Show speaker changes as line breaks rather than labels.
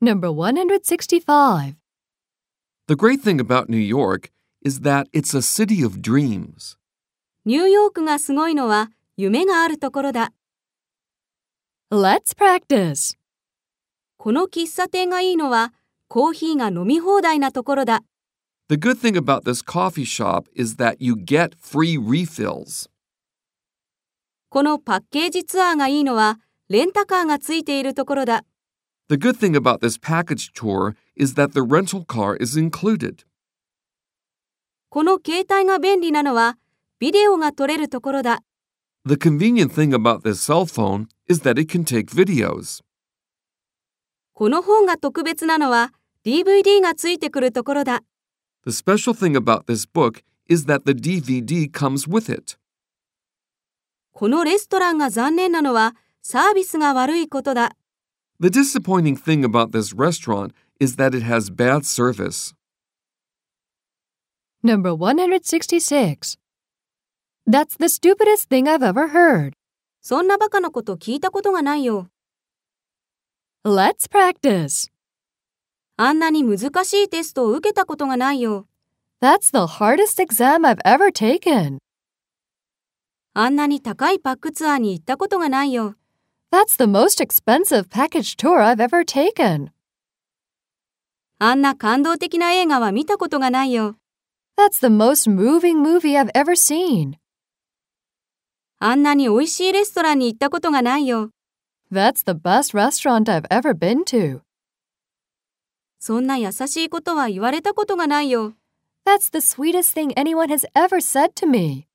Number 165.
The great thing about New York is that it's a city of dreams.
ニューヨークがすごいのは夢があるところだ。
Let's practice.
この喫茶店がいいのはコーヒーが飲み放題なところだ。
The good thing about this coffee shop is that you get free refills.
このパッケージツアーがいいのはレンタカーがついているところだ。
The good thing about this package tour is that the rental car is included.
この携帯が便利なのはビデオが撮れるところだ。
The convenient thing about this cell phone is that it can take videos.
この本が特別なのは DVD がついてくるところだ。
The special thing about this book is that the DVD comes with it.
このレストランが残念なのはサービスが悪いことだ。
The disappointing thing about this restaurant is that it has bad service.
Number 166. That's the stupidest thing I've ever heard.
そんなバカなこと聞いたことがないよ。
Let's practice.
あんなに難しいテストを受けたことがないよ。
That's the hardest exam I've ever taken.
あんなに高いパックツアーに行ったことがないよ。
That's the most expensive package tour I've ever taken.
あんな感動的な映画は見たことがないよ。
That's the most moving movie I've ever seen.
あんなに美味しいレストランに行ったことがないよ。
That's the best restaurant I've ever been to.
そんな優しいことは言われたことがないよ。
That's the sweetest thing anyone has ever said to me.